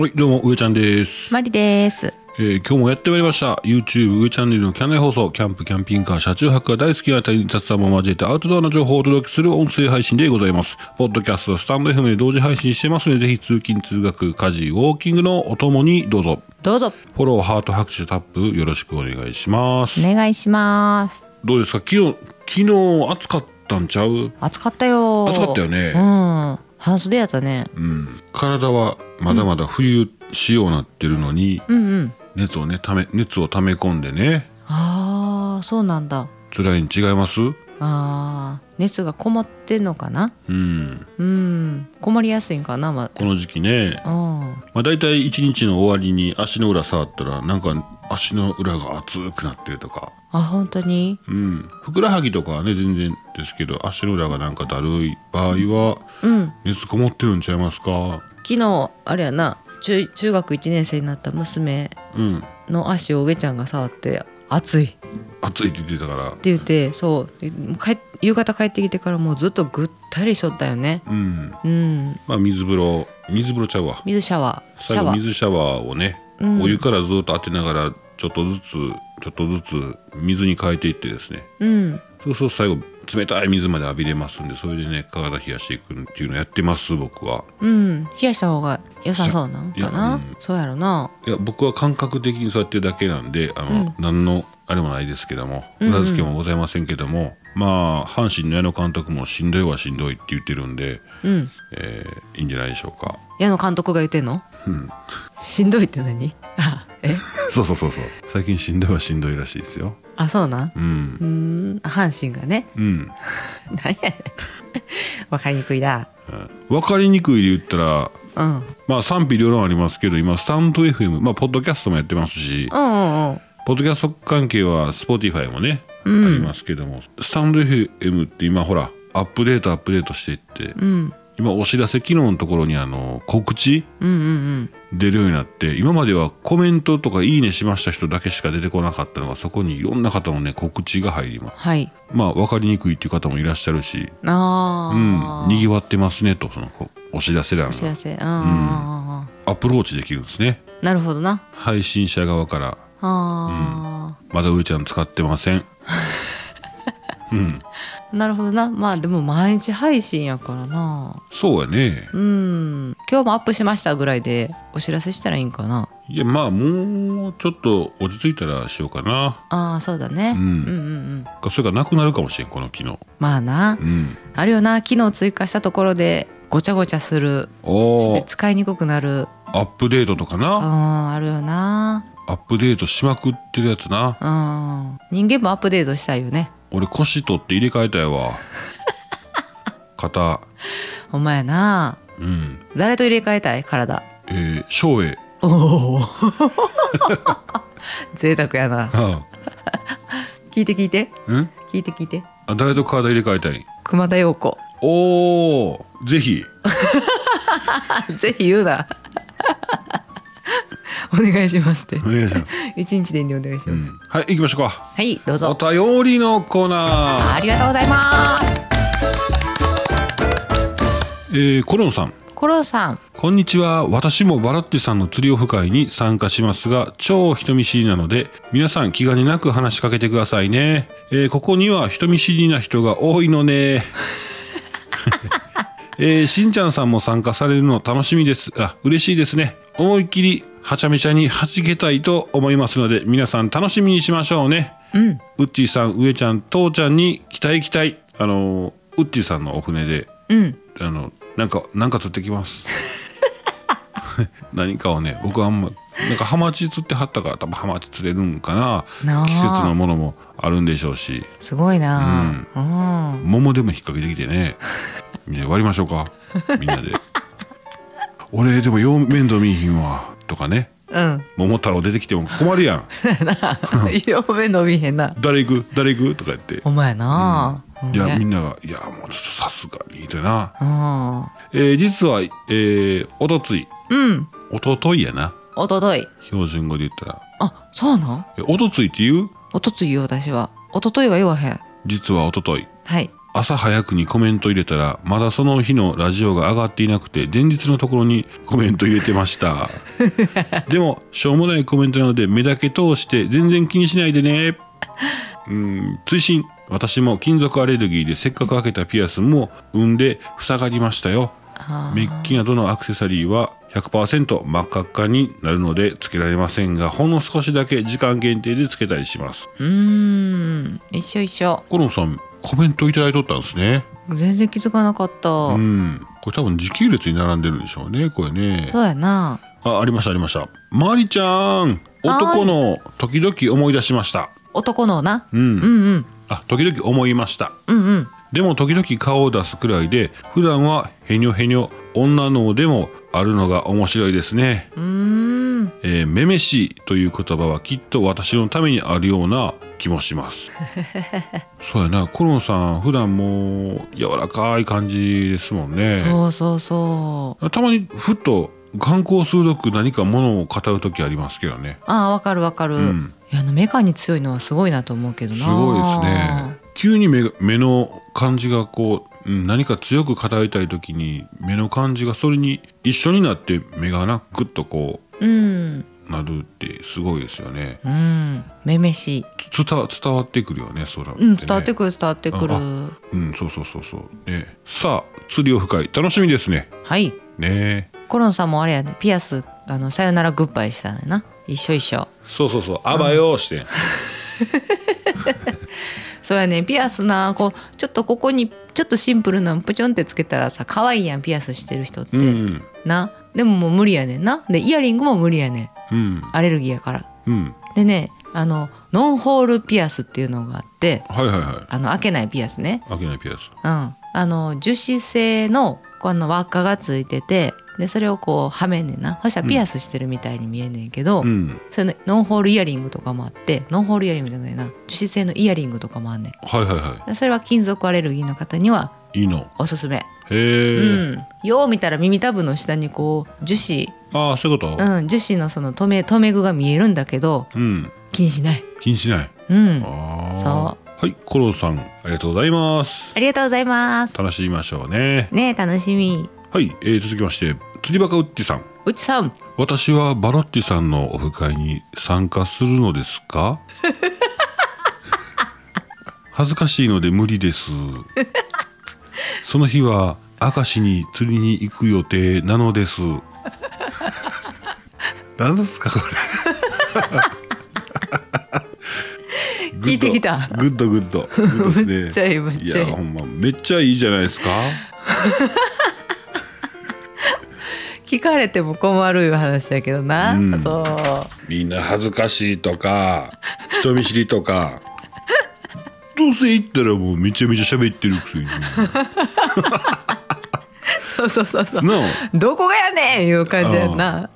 はい、どうも、上ちゃんです。マリです。えー今日もやってまいりました。YouTube 上チャンネルのキャンナイ放送、キャンプ、キャンピングカー、車中泊が大好きなあたりに雑談も交えてアウトドアの情報をお届けする音声配信でございます。ポッドキャスト、スタンド FM で同時配信してますので、ぜひ通勤、通学、家事、ウォーキングのお供にどうぞ。どうぞフォロー、ハート、拍手、タップ、よろしくお願いしますお。願いします。どうですか昨日、昨日暑かったんちゃう暑かったよ。暑かったよねうん。半袖やったね。うん。体はまだまだ冬仕様になってるのに、うんうん。熱をね、ため、熱を溜め込んでね、ああ、そうなんだ。辛いに違いますああ、熱がこもってんのかな。うん、うん。こもりやすいんかな、まこの時期ね、あ。うん。まあ、大体一日の終わりに足の裏触ったらなんか足の裏が熱くなってるとか、あ、本当に。うん、ふくらはぎとかはね全然ですけど足の裏がなんかだるい場合はうん。熱こもってるんちゃいますか昨日、あれやな。中、中学一年生になった娘うんの足を上ちゃんが触って。熱いって熱いって言ってたから言ってそうでもう帰っ夕方帰ってきてからもうずっとぐったりしとったよねうんうんまあ水風呂水風呂ちゃうわ水シャワーシ最ャ後ワー水シャワーをね、うんお湯からずっと当てながらちょっとずつちょっとずつ水に変えていってですねうんそうそう最後冷たい水まで浴びれますんでそれでね体冷やしていくっていうのやってます僕はうん冷やした方が良さそうなんかいやうなんそうやろないや僕は感覚的にそうやってるだけなんであの、何のあれもないですけども裏付けもございませんけども、まあ阪神の矢野監督もしんどいはしんどいって言ってるんで、うんえーいいんじゃないでしょうか 矢野監督が言ってんのうんしんどいって何あえそうそうそうそう最近しんどいはしんどいらしいですよあそうなんううんーん阪神がね うん、なんやねんわかりにくいだ分かりにくいで言ったらうんうんまあ賛否両論ありますけど今スタンド FM まあポッドキャストもやってますしうんうんポッドキャスト関係は Spotify もね、ありますけどもスタンド FM って今ほらアップデートアップデートしていって、うん今お知らせ機能のところにあの告知うんうん出るようになって今まではコメントとか「いいね」しました人だけしか出てこなかったのがそこにいろんな方のね告知が入りますはいまあ分かりにくいっていう方もいらっしゃるしあうんあ、にぎわってますねとそのこお知らせ欄お知がらせうんうんうんうんアプローチできるんですねなるほどな配信者側からあ「まだうーちゃん使ってません」うんあなるほどなまあでも毎日配信やからなそうやねうん今日もアップしましたぐらいでお知らせしたらいいんかないやまあもうちょっと落ち着いたらしようかなああそうだね、うんうんうんうんそれがなくなるかもしれんこの機能まあなうんあるよな機能追加したところでごちゃごちゃするしおてー使いにくくなるアップデートとかうんなあるよなアップデートしまくってるやつなうん人間もアップデートしたいよね俺腰取って入れ替えたや わ肩お前なうん誰と入れ替えたい体えー、照英おお贅沢やなあ聞いて聞いてあん聞いて聞いてあ誰と体入れ替えたい熊田陽子おおぜひぜひ言うな お願いしますってお願いします、一日でお願いします、うんはい行きましょうかはいどうぞお便りのコーナーありがとうございます。えー、コロンさんコロさん。こんにちは私もバラッティさんの釣りオフ会に参加しますが超人見知りなので皆さん気兼ねなく話しかけてくださいね、えーここには人見知りな人が多いのねえーしんちゃんさんも参加されるの楽しみですあ嬉しいですね思いっきりはちゃめちゃにはじけたいと思いますので皆さん楽しみにしましょうねうん。うっちーさん上ちゃんとうちゃんに期待期待あのーうっちーさんのお船でうん。あのなんかなんか釣ってきます 何かをね僕はあんまなんかハマチ釣ってはったから多分ハマチ釣れるんかななあ季節のものもあるんでしょうしすごいな。うん。桃でも引っ掛けてきてねみんなで割りましょうかみんなで俺でもよう面倒見いひんわとかねうん。桃太郎出てきても困るやん両目伸びへん な。誰行く誰行くとか言ってお前な。うん、いやみんなが「いやもうちょっとさすがに」ってな、うん。えー実は、えー、おとついうん。おとといやなおととい。標準語で言ったらあ、そうなん。えおとついって言うおとついよ私は。おとといは言わへん。実はおとといはい。朝早くにコメント入れたらまだその日のラジオが上がっていなくて前日のところに コメント入れてましたでもしょうもないコメントなので目だけ通して全然気にしないでねうん追伸私も金属アレルギーでせっかく開けたピアスも産んで塞がりましたよあメッキなどのアクセサリーは100%真っ赤っかになるのでつけられませんがほんの少しだけ時間限定でつけたりしますうーん一緒一緒コロンさんコメントいただいとったんですね全然気づかなかった、うんこれ多分時系列に並んでるんでしょうねこれねそうやなあありましたありましたまりちゃん男の時々思い出しました男のな、うん、うん、うんあ時々思いましたうんうんでも時々顔を出すくらいで普段はへにょへにょ女のでもあるのが面白いですねうーんえー、めめしいという言葉はきっと私のためにあるような気もします そうやなコロンさん普段もう柔らかい感じですもんねそうそうそうたまにふっと眼光鋭く何かものを語る時ありますけどねああわかるわかる、うんいやあのメカに強いのはすごいなと思うけどすなごいですね急に目が目の感じがこううん何か強く語りたい時に目の感じがそれに一緒になって目がなグッとこうんうなるってすごいですよねうんめめしい、つ伝わ伝わってくるよねそら、ねうん伝わってくる伝わってくるあうん、そうそうそうそう。ね、さあ、釣りオフ会、楽しみですね。はいねコロンさんもあれやねピアスあのさよならグッバイしたのよな一緒一緒そうそうそう、あばよーして。そうやねピアスなこうちょっとここにちょっとシンプルなのプチョンってつけたらさ可愛いやんピアスしてる人って、うん、うん、なでももう無理やねんなでイヤリングも無理やねんうん、アレルギーやからうん、でねあのノンホールピアスっていうのがあってはいはいはあの開けないピアスねい。開けないピアス。うん、あの樹脂製のこの輪っかがついててでそれをこうはめんねんなそしたらピアスしてるみたいに見えんねんけど、うん、それのノンホールイヤリングとかもあってノンホールイヤリングじゃないな樹脂製のイヤリングとかもあんねんはいはいは。でそれは金属アレルギーの方にはいいいの。おすすめ、へえ、うん、よう見たら耳たぶの下にこう樹脂、ああ、そういうこと。うん、樹脂のその留め留め具が見えるんだけどうん、気にしない、気にしない。うん、あああ。そうはい、コロンさん、ありがとうございます。りがとうございます楽しみましょうね。ねえ楽しみはい、えー、続きまして、釣りバカウッチさん。うちさん私はバロッチさんのオフ会に参加するのです か恥ずかしいので無理ですその日は明石に釣りに行く予定なの です何ですかこれグッド聞いてきたグッドグッドグッドですねめっちゃいいめっちゃいいやほんまめっちゃいいじゃないですか聞かれても困るいう話やけどな、うんそうみんな恥ずかしいとか人見知りとかどうせ行ったらもうめちゃめちゃ喋ってるくせに なそうそうそうそうあどこがやねんいう感じやんな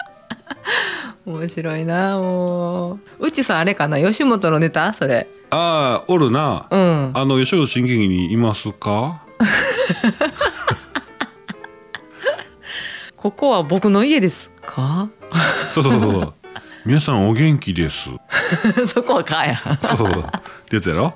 面白いなもううちさんあれかな吉本のネタそれあーおるな、うんあの吉本新喜劇にいますかここは僕の家ですか そうそうそう そう皆さんお元気ですそこはかやそうそうそうってやつやろ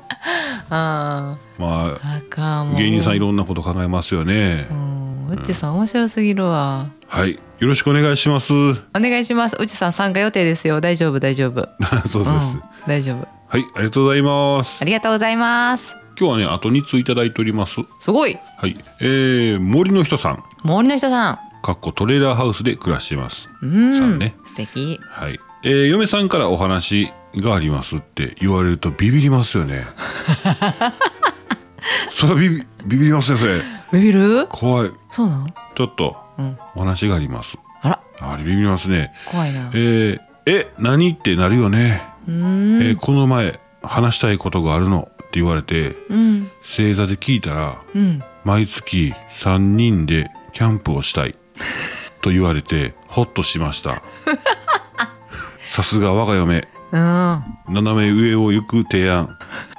あまあーあかんもう芸人さんいろんなこと考えますよね、うんうちさん面白すぎるわはいよろしくお願いします お願いしますうちさん参加予定ですよ大丈夫大丈夫そうそうです、うん大丈夫はいありがとうございますありがとうございます今日はねあと2通いただいておりますすごいはいえー、森の人さん森の人さんかっこトレーラーハウスで暮らしています。うんさんね。素敵はい。えー嫁さんからお話がありますって言われるとビビりますよ ね。それはビビビビりますねそれ。ビビる怖い。そうなのちょっとうんお話があります。あらあれビビりますね。怖いなえーえ何ってなるよね。うーんえーこの前話したいことがあるのって言われてうん正座で聞いたらうん毎月3人でキャンプをしたいと言われてホッとしました さすが我が嫁うん斜め上を行く提案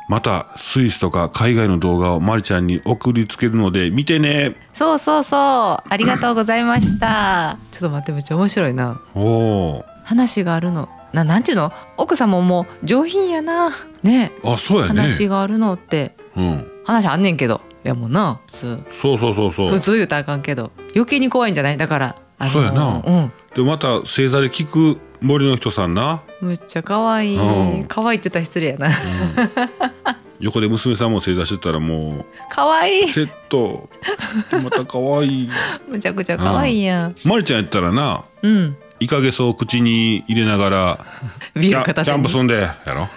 またスイスとか海外の動画をマリちゃんに送りつけるので見てねそうそうそうありがとうございましたちょっと待ってめっちゃ面白いなおー話があるのななんていうの奥様も上品やなねあそうやね話があるのってうん話あんねんけどいやもうな普通そうそうそうそう普通言うたらあかんけど余計に怖いんじゃないだからあのそうやなうんでまた星座で聞く森の人さんなむっちゃ可愛ういん可愛いって言ったら失礼やな横で娘さんも正座してたらも可愛いうセットまた可愛い むちゃくちゃ可愛いやんマリちゃんやったらなうんイカゲソを口に入れながらビキールャ片キ手ャンにプすんでやろ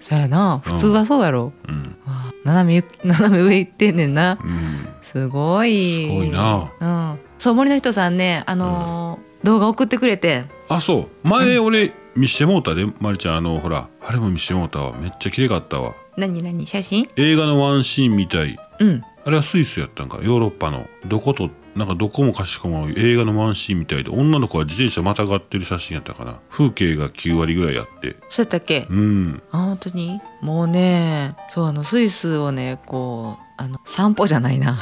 そうやな普通はそうやろうん、わあ斜め 斜め上行ってんねんなうん、すごいすごいなうんそう森の人さんねあのー動画送ってくれてあそう前俺見してもうたでマリちゃんあのほらあれも見してもうたわめっちゃ綺麗かったわ何何写真映画のワンシーンみたいうんあれはスイスやったんかヨーロッパのどことなんかどこもかしこも映画のワンシーンみたいで女の子が自転車またがってる写真やったかな風景が9割ぐらいあってそうやったっけうんあ本当にもうねそうあのスイスをねこうあの散歩じゃないな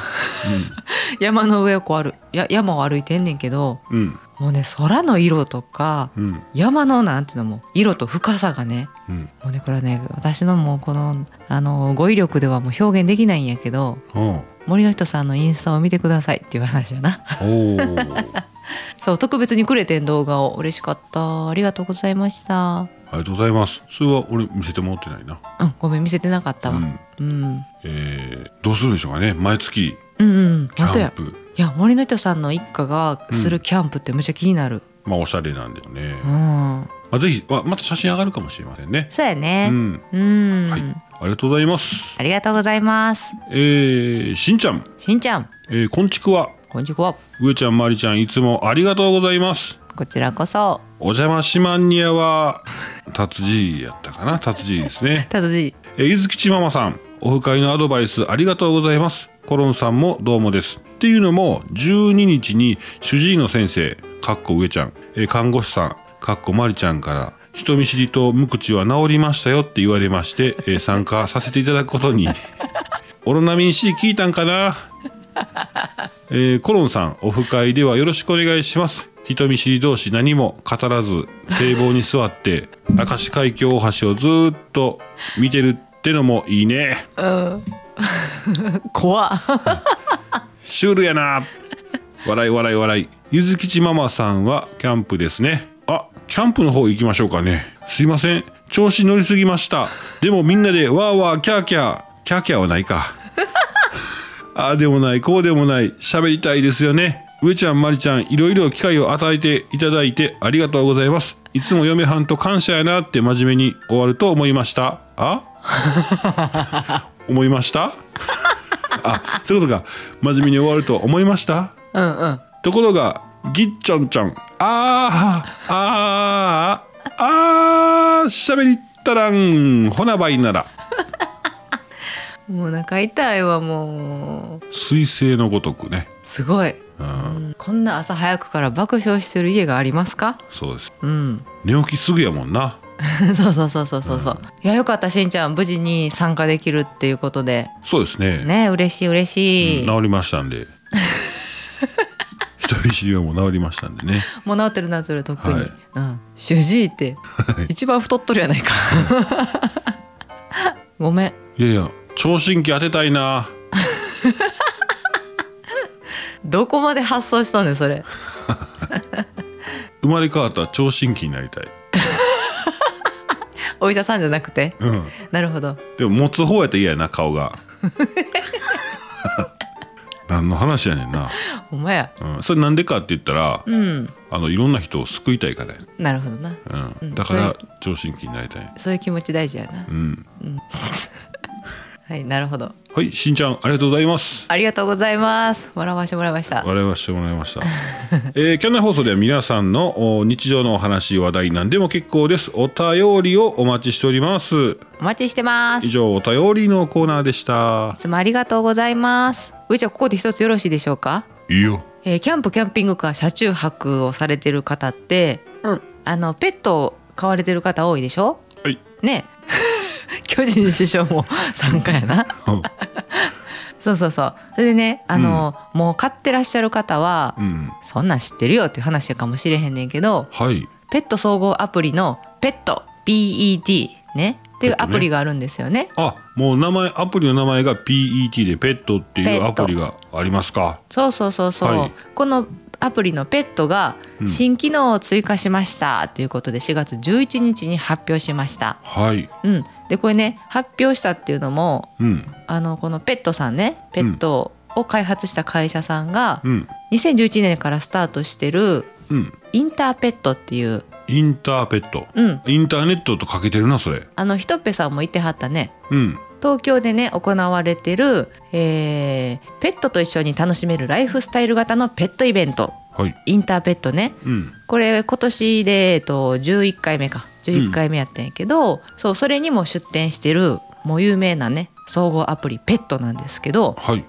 山の上をこう歩や山を歩いてんねんけどうんうんもうね空の色とかうん山のなんていうのも色と深さがねうんもうねこれはね私のもうこのあの語彙力ではもう表現できないんやけどおう森の人さんのインスタを見てくださいっていう話や なおーあそう特別にくれてん動画を嬉しかったありがとうございましたりがとうございますそれは俺見せてもらってないなうんごめん見せてなかったうわんうん、えー、どうするんでしょうかね毎月うん、うんキまたャンやプいや森の人さんの一家がするキャンプってむっちゃ気になるまあおしゃれなんだよね、うん、まあ、ぜひ、まあ、また写真上がるかもしれませんねそうやうねんうん、はいありがとうございますありがとうございますえー、しんちゃん、しんちゃんえー、こんちくわこんにちは上ちゃんまりちゃんいつもありがとうございますこちらこそお邪魔しまんにゃは達人やったかな達人ですねただしえーゆずきちママさんオフ会のアドバイスありがとうございますコロンさんもどうもですっていうのも12日に主治医の先生かっこ上ちゃん、えー看護師さんかっこまりちゃんから人見知りと無口は治りましたよって言われまして、えー参加させていただくことにオロナミン C 聞いたんかなえーコロンさんオフ会ではよろしくお願いします人見知り同士何も語らず堤防に座って明石海峡大橋をずーっと見てるってのもいいね怖シュールやな笑い笑い笑いゆずきちママさんはキャンプですねあキャンプの方行きましょうかねすいません調子乗りすぎましたでもみんなでわーわーキャーキャーキャーキャーはないか ああでもないこうでもない喋りたいですよね上ちゃんまりちゃんいろいろ機会を与えていただいてありがとうございますいつも嫁はんと感謝やなって真面目に終わると思いましたあ 思いましたあそういうことか真面目に終わると思いました うんうんところがギッチョンチョンあーあーあーしゃべりったらんほなばいならもうお腹痛いわもう彗星のごとくねすごい、うんうんこんな朝早くから爆笑してる家がありますかそうですうん寝起きすぐやもんな そうそうそうそうそうそういやよかったしんちゃん無事に参加できるっていうことでそうですねね嬉しい嬉しい、うん治りましたんで 人見知りはもう治りましたんでねもう治ってる治ってる特に、はいうん主治医って一番太っとる やないかごめんいやいや聴診器当てたいなどこまで発想したんねそれ生まれ変わったら聴診器になりたいお医者さんじゃなくてうんなるほどでも持つ方やったら嫌やな顔 が何の話やねんな、ほんまやうん、それなんでかって言ったら、うんあのいろんな人を救いたいからや、なるほどなう、うんんだからそ聴診器になりたい、そういう気持ち大事やなうん、はいなるほどはいしんちゃんありがとうございますありがとうございます笑わしてもらいました我々はしてもらいま した、えー、キャンナイ放送では皆さんのお日常のお話話題何でも結構ですお便りをお待ちしておりますお待ちしてます以い上お便りのコーナーでしたつもありがとうございますういちゃんここで一つよろしいでしょうかいいよえーキャンプキャンピングカー車中泊をされてる方って、うんあのペットを飼われてる方多いでしょはいね 巨人師匠も参加やなうんそうそうそうそれでねあの、もう飼ってらっしゃる方は、うんそんなん知ってるよっていう話かもしれへんねんけどはいペット総合アプリのペット PET ねっていうアプリがあるんですよね。あもう名前アプリの名前が PET でペットってペいッうトアプリがありますかそうそうそうそう、はいこのアプリのペットがうん新機能を追加しましたということで4月11日に発表しました。はいうん、でこれね発表したっていうのもうんあのこのペットさんねペットを開発した会社さんがうん2011年からスタートしてるうんインターペットっていう、インターペットうん、インターネットとかけてるなそれあのひとっぺさんもいてはったねうん東京でね行われてる、えーペットと一緒に楽しめるライフスタイル型のペットイベントはいインターペットねうんこれ今年で、えっと、11回目か11回目やったんやけど、そうそれにも出展してるもう有名なね総合アプリペットなんですけどはい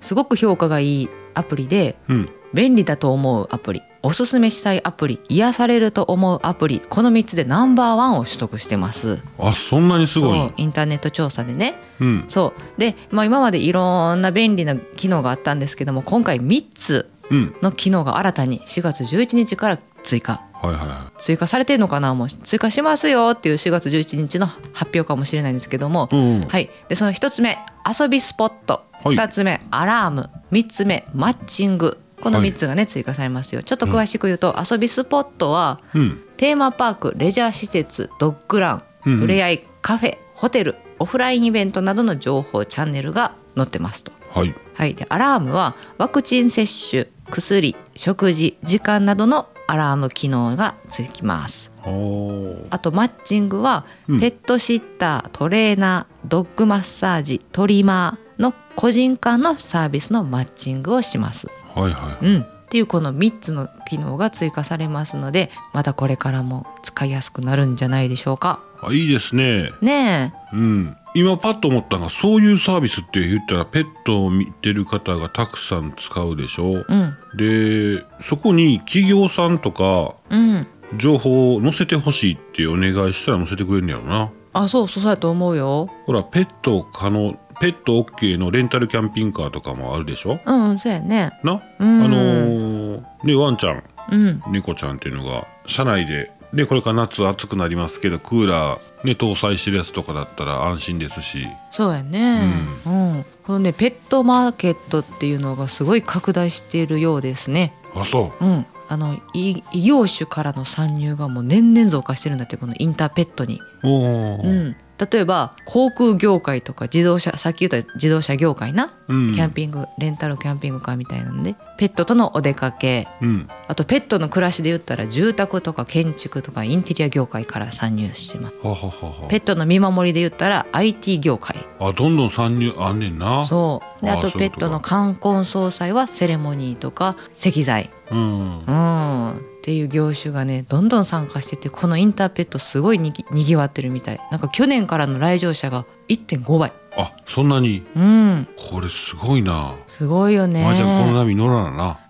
すごく評価がいいアプリでうん便利だと思うアプリおすすめしたいアプリ癒されると思うアプリこの3つでナンバーワンを取得してますあそんなにすごいそうインターネット調査でねうんそうで、まあ、今までいろんな便利な機能があったんですけども今回3つうんの機能が新たに4月11日から追加はいはいは追加されてるのかなもう追加しますよっていう4月11日の発表かもしれないんですけども、いうんうんはい、でその1つ目遊びスポット、はい2つ目アラーム3つ目マッチングこの3つがね、追加されますよちょっと詳しく言うと、遊びスポットはうんテーマパークレジャー施設ドッグランうんうんふれあいカフェホテルオフラインイベントなどの情報チャンネルが載ってますと。はいはい、でアラームはワクチン接種薬食事時間などのアラーム機能がつきますおーあとマッチングは、うんペットシッタートレーナードッグマッサージトリマーの個人間のサービスのマッチングをします、はいはうん、っていうこの3つの機能が追加されますのでまたこれからも使いやすくなるんじゃないでしょうかいあいいですねねうえん今パッと思ったのがそういうサービスって言ったらペットを見てる方がたくさん使うでしょうんでそこに企業さんとかうん情報を載せてほしいってお願いしたら載せてくれるんだよなあそうそうそうやと思うよほらペット可能ペット OK のレンタルキャンピングカーとかもあるでしょうんそうやねな、うんあのーねワンちゃんうん猫ちゃんっていうのが車内ででこれから夏暑くなりますけどクーラー、ね、搭載してるやつとかだったら安心ですしそうやね、うんこのねペットマーケットっていうのがすごい拡大しているようですね、あそうん、あのい異業種からの参入がもう年々増加してるんだってこのインターペットに、うおうーん、例えば航空業界とか自動車さっき言った自動車業界な、うんキャンピングレンタルキャンピングカーみたいなんでペットとのお出かけうんあとペットの暮らしで言ったら住宅とか建築とかインテリア業界から参入してますははははペットの見守りで言ったら IT 業界あどんどん参入あんねんなそうであーあとそういペうッことトかの冠婚葬祭はセレモニーとか石材、うんうん、っていう業種がねどんどん参加しててこのインターペットすごいにぎにぎわってるみたいなんか去年からの来場者が1.5倍あそんなにうんこれすごいな、すごいよねまーちゃんこの 波乗らなな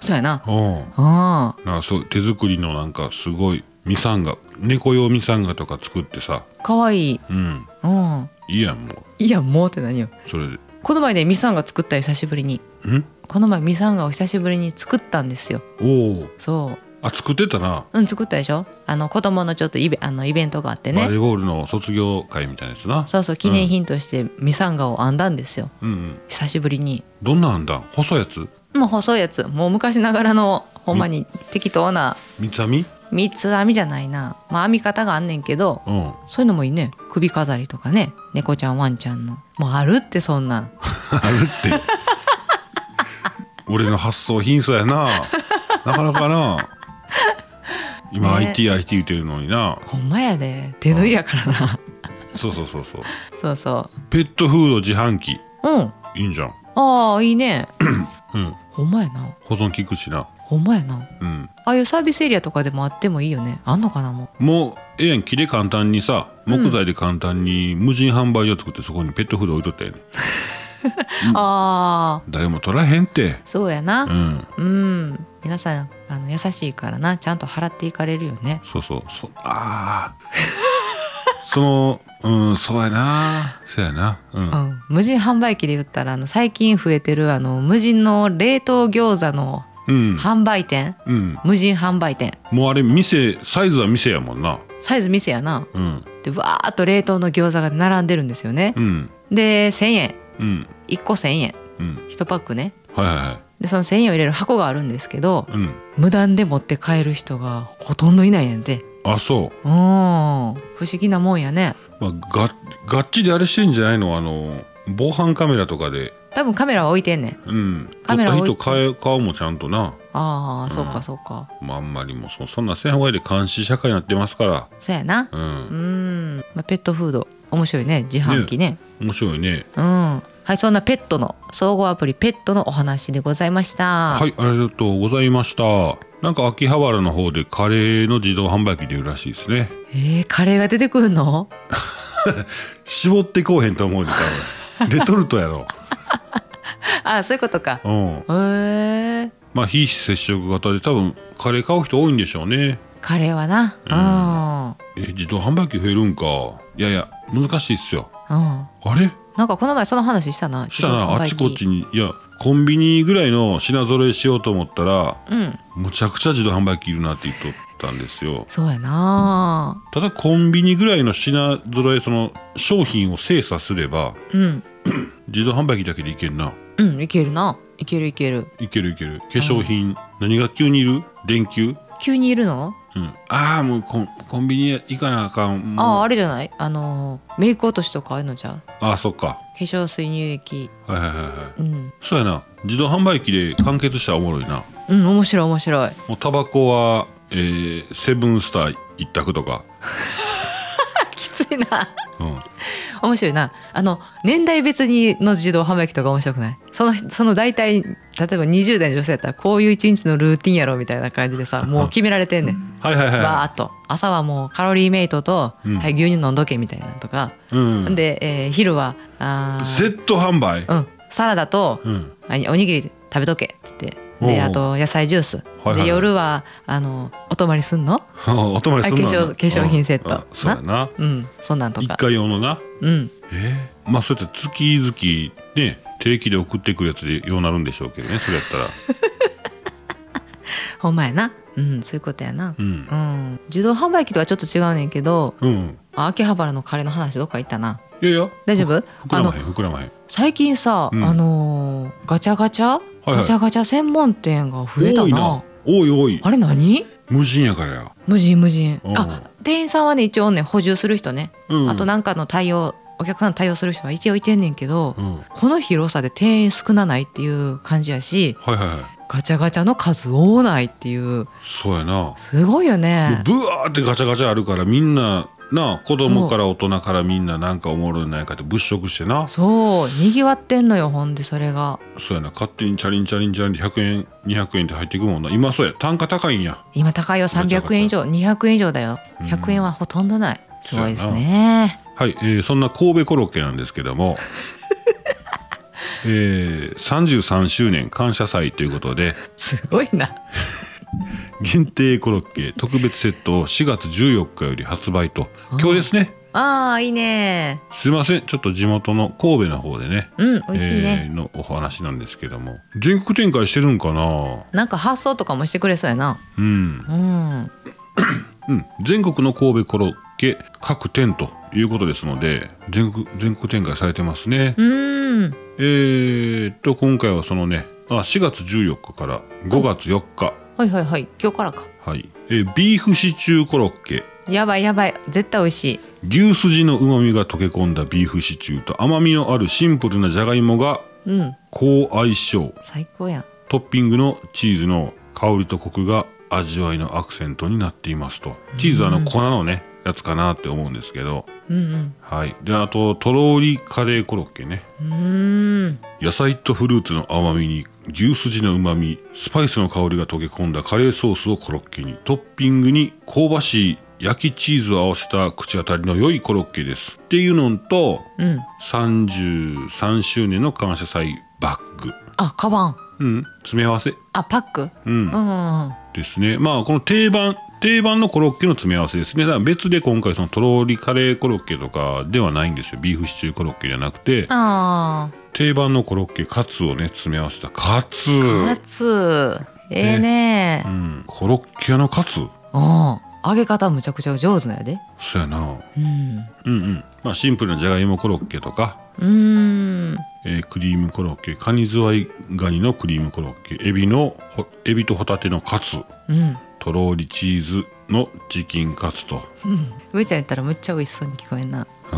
そうやなうんあなんかそう手作りのなんかすごいミサンガ猫用ミサンガとか作ってさーかわいい、うんうん、いいやんもいやもうって何ようそれでこの前ねミサンが作ったよ久しぶりにんこの前ミサンがを久しぶりに作ったんですよおおそうあ作ってたな、うん作ったでしょあの子供のちょっとイベあのイベントがあってねバレーボールの卒業会みたいなやつなそうそう記念品としてミサンガを編んだんですようんうん久しぶりにどんなんあんだ細いやつもう細いやつもう昔ながらのほんまに適当な三つ編み三つ編みじゃないなまあ編み方があんねんけどうんそういうのもいいね首飾りとかね猫ちゃんワンちゃんのもうあるってそんなんあるって俺の発想貧相やななかなかな今ね ITIT、IT 言ってるのになほんまやで手縫いやからなそうそうそうそうそうそペットフード自販機ううんいいんじゃんああいいねうんほんまやな保存効くしなほんまやなうんああいうサービスエリアとかでもあってもいいよねあんのかなももうええやん木で簡単にさ木材で簡単に無人販売所作ってそこにペットフード置いとったよねう、ああ誰も取らへんってそうやな、うんうん、皆さんあの優しいからなちゃんと払っていかれるよね。そうそうそああそのうんそうやなそうやなうん、うん、無人販売機で言ったらあの最近増えてるあの無人の冷凍餃子のうん販売店、うん、無人販売店もうあれ店サイズは店やもんなサイズ店やなうんでわーっと冷凍の餃子が並んでるんですよねうんで1,000円うん1個1,000円うん1パックねはいはいはでその1,000円を入れる箱があるんですけどいうん無断で持って帰る人がほとんどいないんやんてあそううん不思議なもんやねまあ、ががっちりあれしてんじゃないのあの防犯カメラとかで、多分カメラは置いてんねんうん、カメラ撮った人置顔い顔もちゃんとな、ああそううかんそうかまあ、あんまりもうそそんなせんほうがいいで監視社会になってますから、そうやなう、うんん、まあ、ペットフード面白いね自販機ね面白いねうんはいそんなペットの総合アプリペットのお話でございましたはいありがとうございましたなんか秋葉原の方でカレーの自動販売機で売るらしいですねえー、カレーが出てくるの絞ってこうへんと思うで多 分レトルトやろあそういうことかうんへえまあ非接触型で多分カレー買う人多いんでしょうねカレーはなえ自動販売機増えるんかいやいや難しいっすようん、うんあれなんかこの前その話したなしたらあっち自こ動販っち売機にいやコンビニぐらいの品揃えしようと思ったらうんむちゃくちゃ自動販売機いるなって言っとったんですよそうやなただコンビニぐらいの品揃えその商品を精査すればうん自動販売機だけでいけるなうんいけるないけるいけるいけるいける化粧品、何が急にいる電球急にいるのうん、ああもうコンコンビニ行かなあかんもうああああれじゃないあのーメイク落としとかああいうのじゃん化あそっか粧水乳液はいはいはいはいうん、そうやな自動販売機で完結したらおもろいなうん、面白い面 白いもうタバコは、えーセブンスター一択とか、きついなうん、面白いなあの年代別にの自動販売機とか面白くないそのその大体例えば20代の女性やったらこういう一日のルーティンやろみたいな感じで さもう決められてんねんはいはいはいバーっと朝はもうカロリーメイトと、うんはい、牛乳飲んどけみたいなのとか、うん、で、えー昼はあー Z 販売、うん、サラダとうん、あおにぎり食べとけって言っておうであと野菜ジュース、はいはいで夜はあのお泊まりすんの、 お泊まりするのあ化粧化粧品セットあそうやなうん、そんなんと一か、回用のなうん、えー、まあそうやって月々ね定期で送ってくるやつでようなるんでしょうけどねそれや ったらほんまやな、うん、そういうことやな、うんうん、自動販売機とはちょっと違うねんけどうんあ秋葉原のカレーの話どっか行ったないやいや大丈夫膨あらのまへん膨らまへん最近さ、うんあのーガチャガチャ、いはいガチャガチャ専門店が増えたな多いな多い多いあれ何無人やからや無人無人おうあ店員さんはね一応ね補充する人ね、うんあとなんかの対応お客さんの対応する人は一応いてんねんけど、うんはいこの広さで店員少なないっていう感じやしはいはいガチャガチャの数多ないっていうそうやなすごいよねブワーってガチャガチャあるからみんななあ子供から大人からみんななんかおもろいないかって物色してなそうにぎわってんのよほんでそれがそうやな勝手にチャリンチャリンチャリンで100円200円って入っていくもんな今そうや単価高いんや今高いよガチャガチ300ャ円以上200円以上だようん100円はほとんどないすごいですねはい、えーそんな神戸コロッケなんですけど もえー、33周年感謝祭ということですごいな限定コロッケ特別セットを4月14日より発売と今日ですねあーいいねすいませんちょっと地元の神戸の方でねうん美味しいね、えーのお話なんですけども全国展開してるんかななんか発送とかもしてくれそうやなうん、うんうん、全国の神戸コロッケ各店ということですので全国全国展開されてますね、うんえー、っと今回はそのねあ4月14日から5月4日、はいはいはい今日からかはいえービーフシチューコロッケやばいやばい絶対美味しい牛すじのうまみが溶け込んだビーフシチューと甘みのあるシンプルなじゃがいもがうん好相性最高やんトッピングのチーズの香りとコクが味わいのアクセントになっていますとチーズはあの粉のねやつかなって思うんですけどうんはいであととろりカレーコロッケねうんうん野菜とフルーツの甘みに牛すじのうまみスパイスの香りが溶け込んだカレーソースをコロッケにトッピングに香ばしい焼きチーズを合わせた口当たりの良いコロッケですっていうのとうん33周年の感謝祭バッグあカバンうん詰め合わせあパックうんうんうんうんですねまあこの定番定番のコロッケの詰め合わせですねだから別で今回そのとろりカレーコロッケとかではないんですよビーフシチューコロッケじゃなくてあ定番のコロッケカツをね詰め合わせたカツーカツええねうん、コロッケ屋のカツうん揚げ方むちゃくちゃ上手なんやでそうやなうんうんうんまあシンプルなじゃがいもコロッケとか、うーんえークリームコロッケカニズワイガニのクリームコロッケエビのほエビとホタテのカツうんとろーりチーズのチキンカツと、上ちゃん言ったらむっちゃ美味しそうに聞こえんなう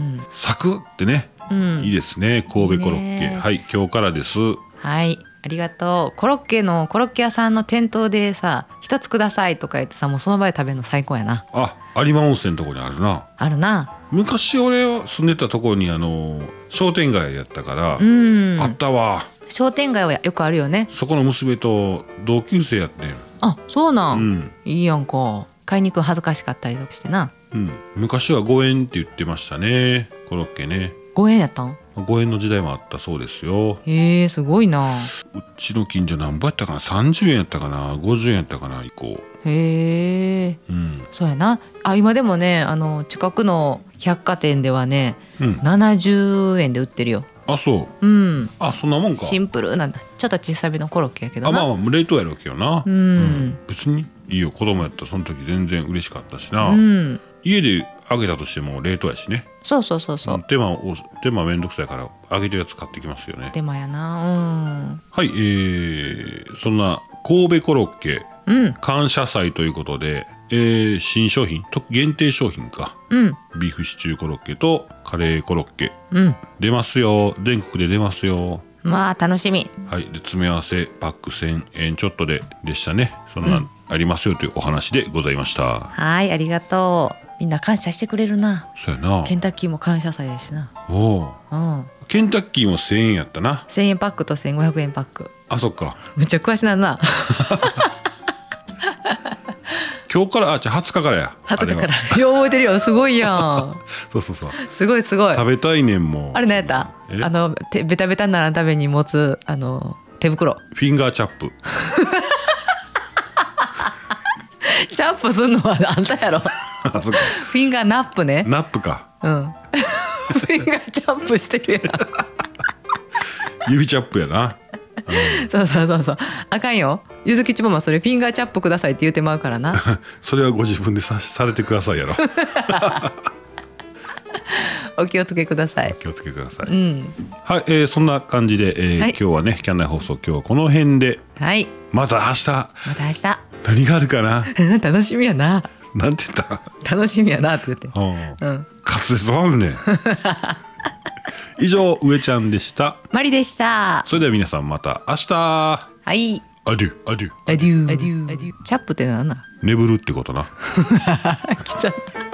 ん、うんサクってねうんいいですね神戸コロッケいいねはい今日からですはいありがとうコロッケのコロッケ屋さんの店頭でさ「一つください」とか言ってさもうその場で食べるの最高やなあ有馬温泉のとこにあるなあるな昔俺は住んでたとこにあの商店街やったから、うんあったわ商店街はよくあるよねそこの娘と同級生やってんあそうな、うんん、いいやんか買いに行くの恥ずかしかったりとかしてなうん、昔は5円って言ってましたねコロッケね5円やったん5円の時代もあったそうですよへえすごいなうちの近所何ぼやったかな30円やったかな50円やったかな以降へえうんそうやなあ今でもねあの近くの百貨店ではねうん70円で売ってるよあそううんあそんなもんかシンプルなんだちょっと小さめのコロッケやけどあな、まあまあ冷凍やろうけどな、うん別にいいよ子供やったらその時全然嬉しかったしな、うん家で揚げたとしても冷凍やしねそうそうそうそう、手間を手間めんどくさいから揚げてるやつ買ってきますよね手間やなはいえー、そんな神戸コロッケうんうん感謝祭ということで、えー新商品と限定商品かうんビーフシチューコロッケとカレーコロッケうん出ますよ全国で出ますよまあ楽しみはい、で詰め合わせパック1000円ちょっとででしたねそんなんありますよというお話でございました、はいありがとうみんな感謝してくれるなそうやなケンタッキーも感謝祭やしなおううんケンタッキーも1000円やったな1000円パックと1500円パックあそっかめっちゃ詳しなんな今日からあじゃあ20日からや20日かあれはらよう覚えてるよすごいやんそうそうそうすごいすごい食べたいねんもあれ何やったえあのてベタベタにならんために持つあの手袋フィンガーチャップ チャップすんのはあんたやろあそっかフィンガーナップねナップかうんフィンガーチャップしてるやん指チャップやな そうそうそうそうあかんよゆずきちママそれフィンガーチャップくださいって言うてまうから なそれはご自分でさされてくださいや ろお気をつけください気をつけてください、うんはい、えーそんな感じで、えーはい今日はねキャンナイ放送今日はこの辺ではいまた明日また明何があるかな 日 楽しみやななんて言った楽しみやなって言ってうんうん滑舌ある ね以上上ちゃんでしたマリでしたそれでは皆さんまた明日はいアデューアデューアデューアデューチャップってなんなん眠るってことな来た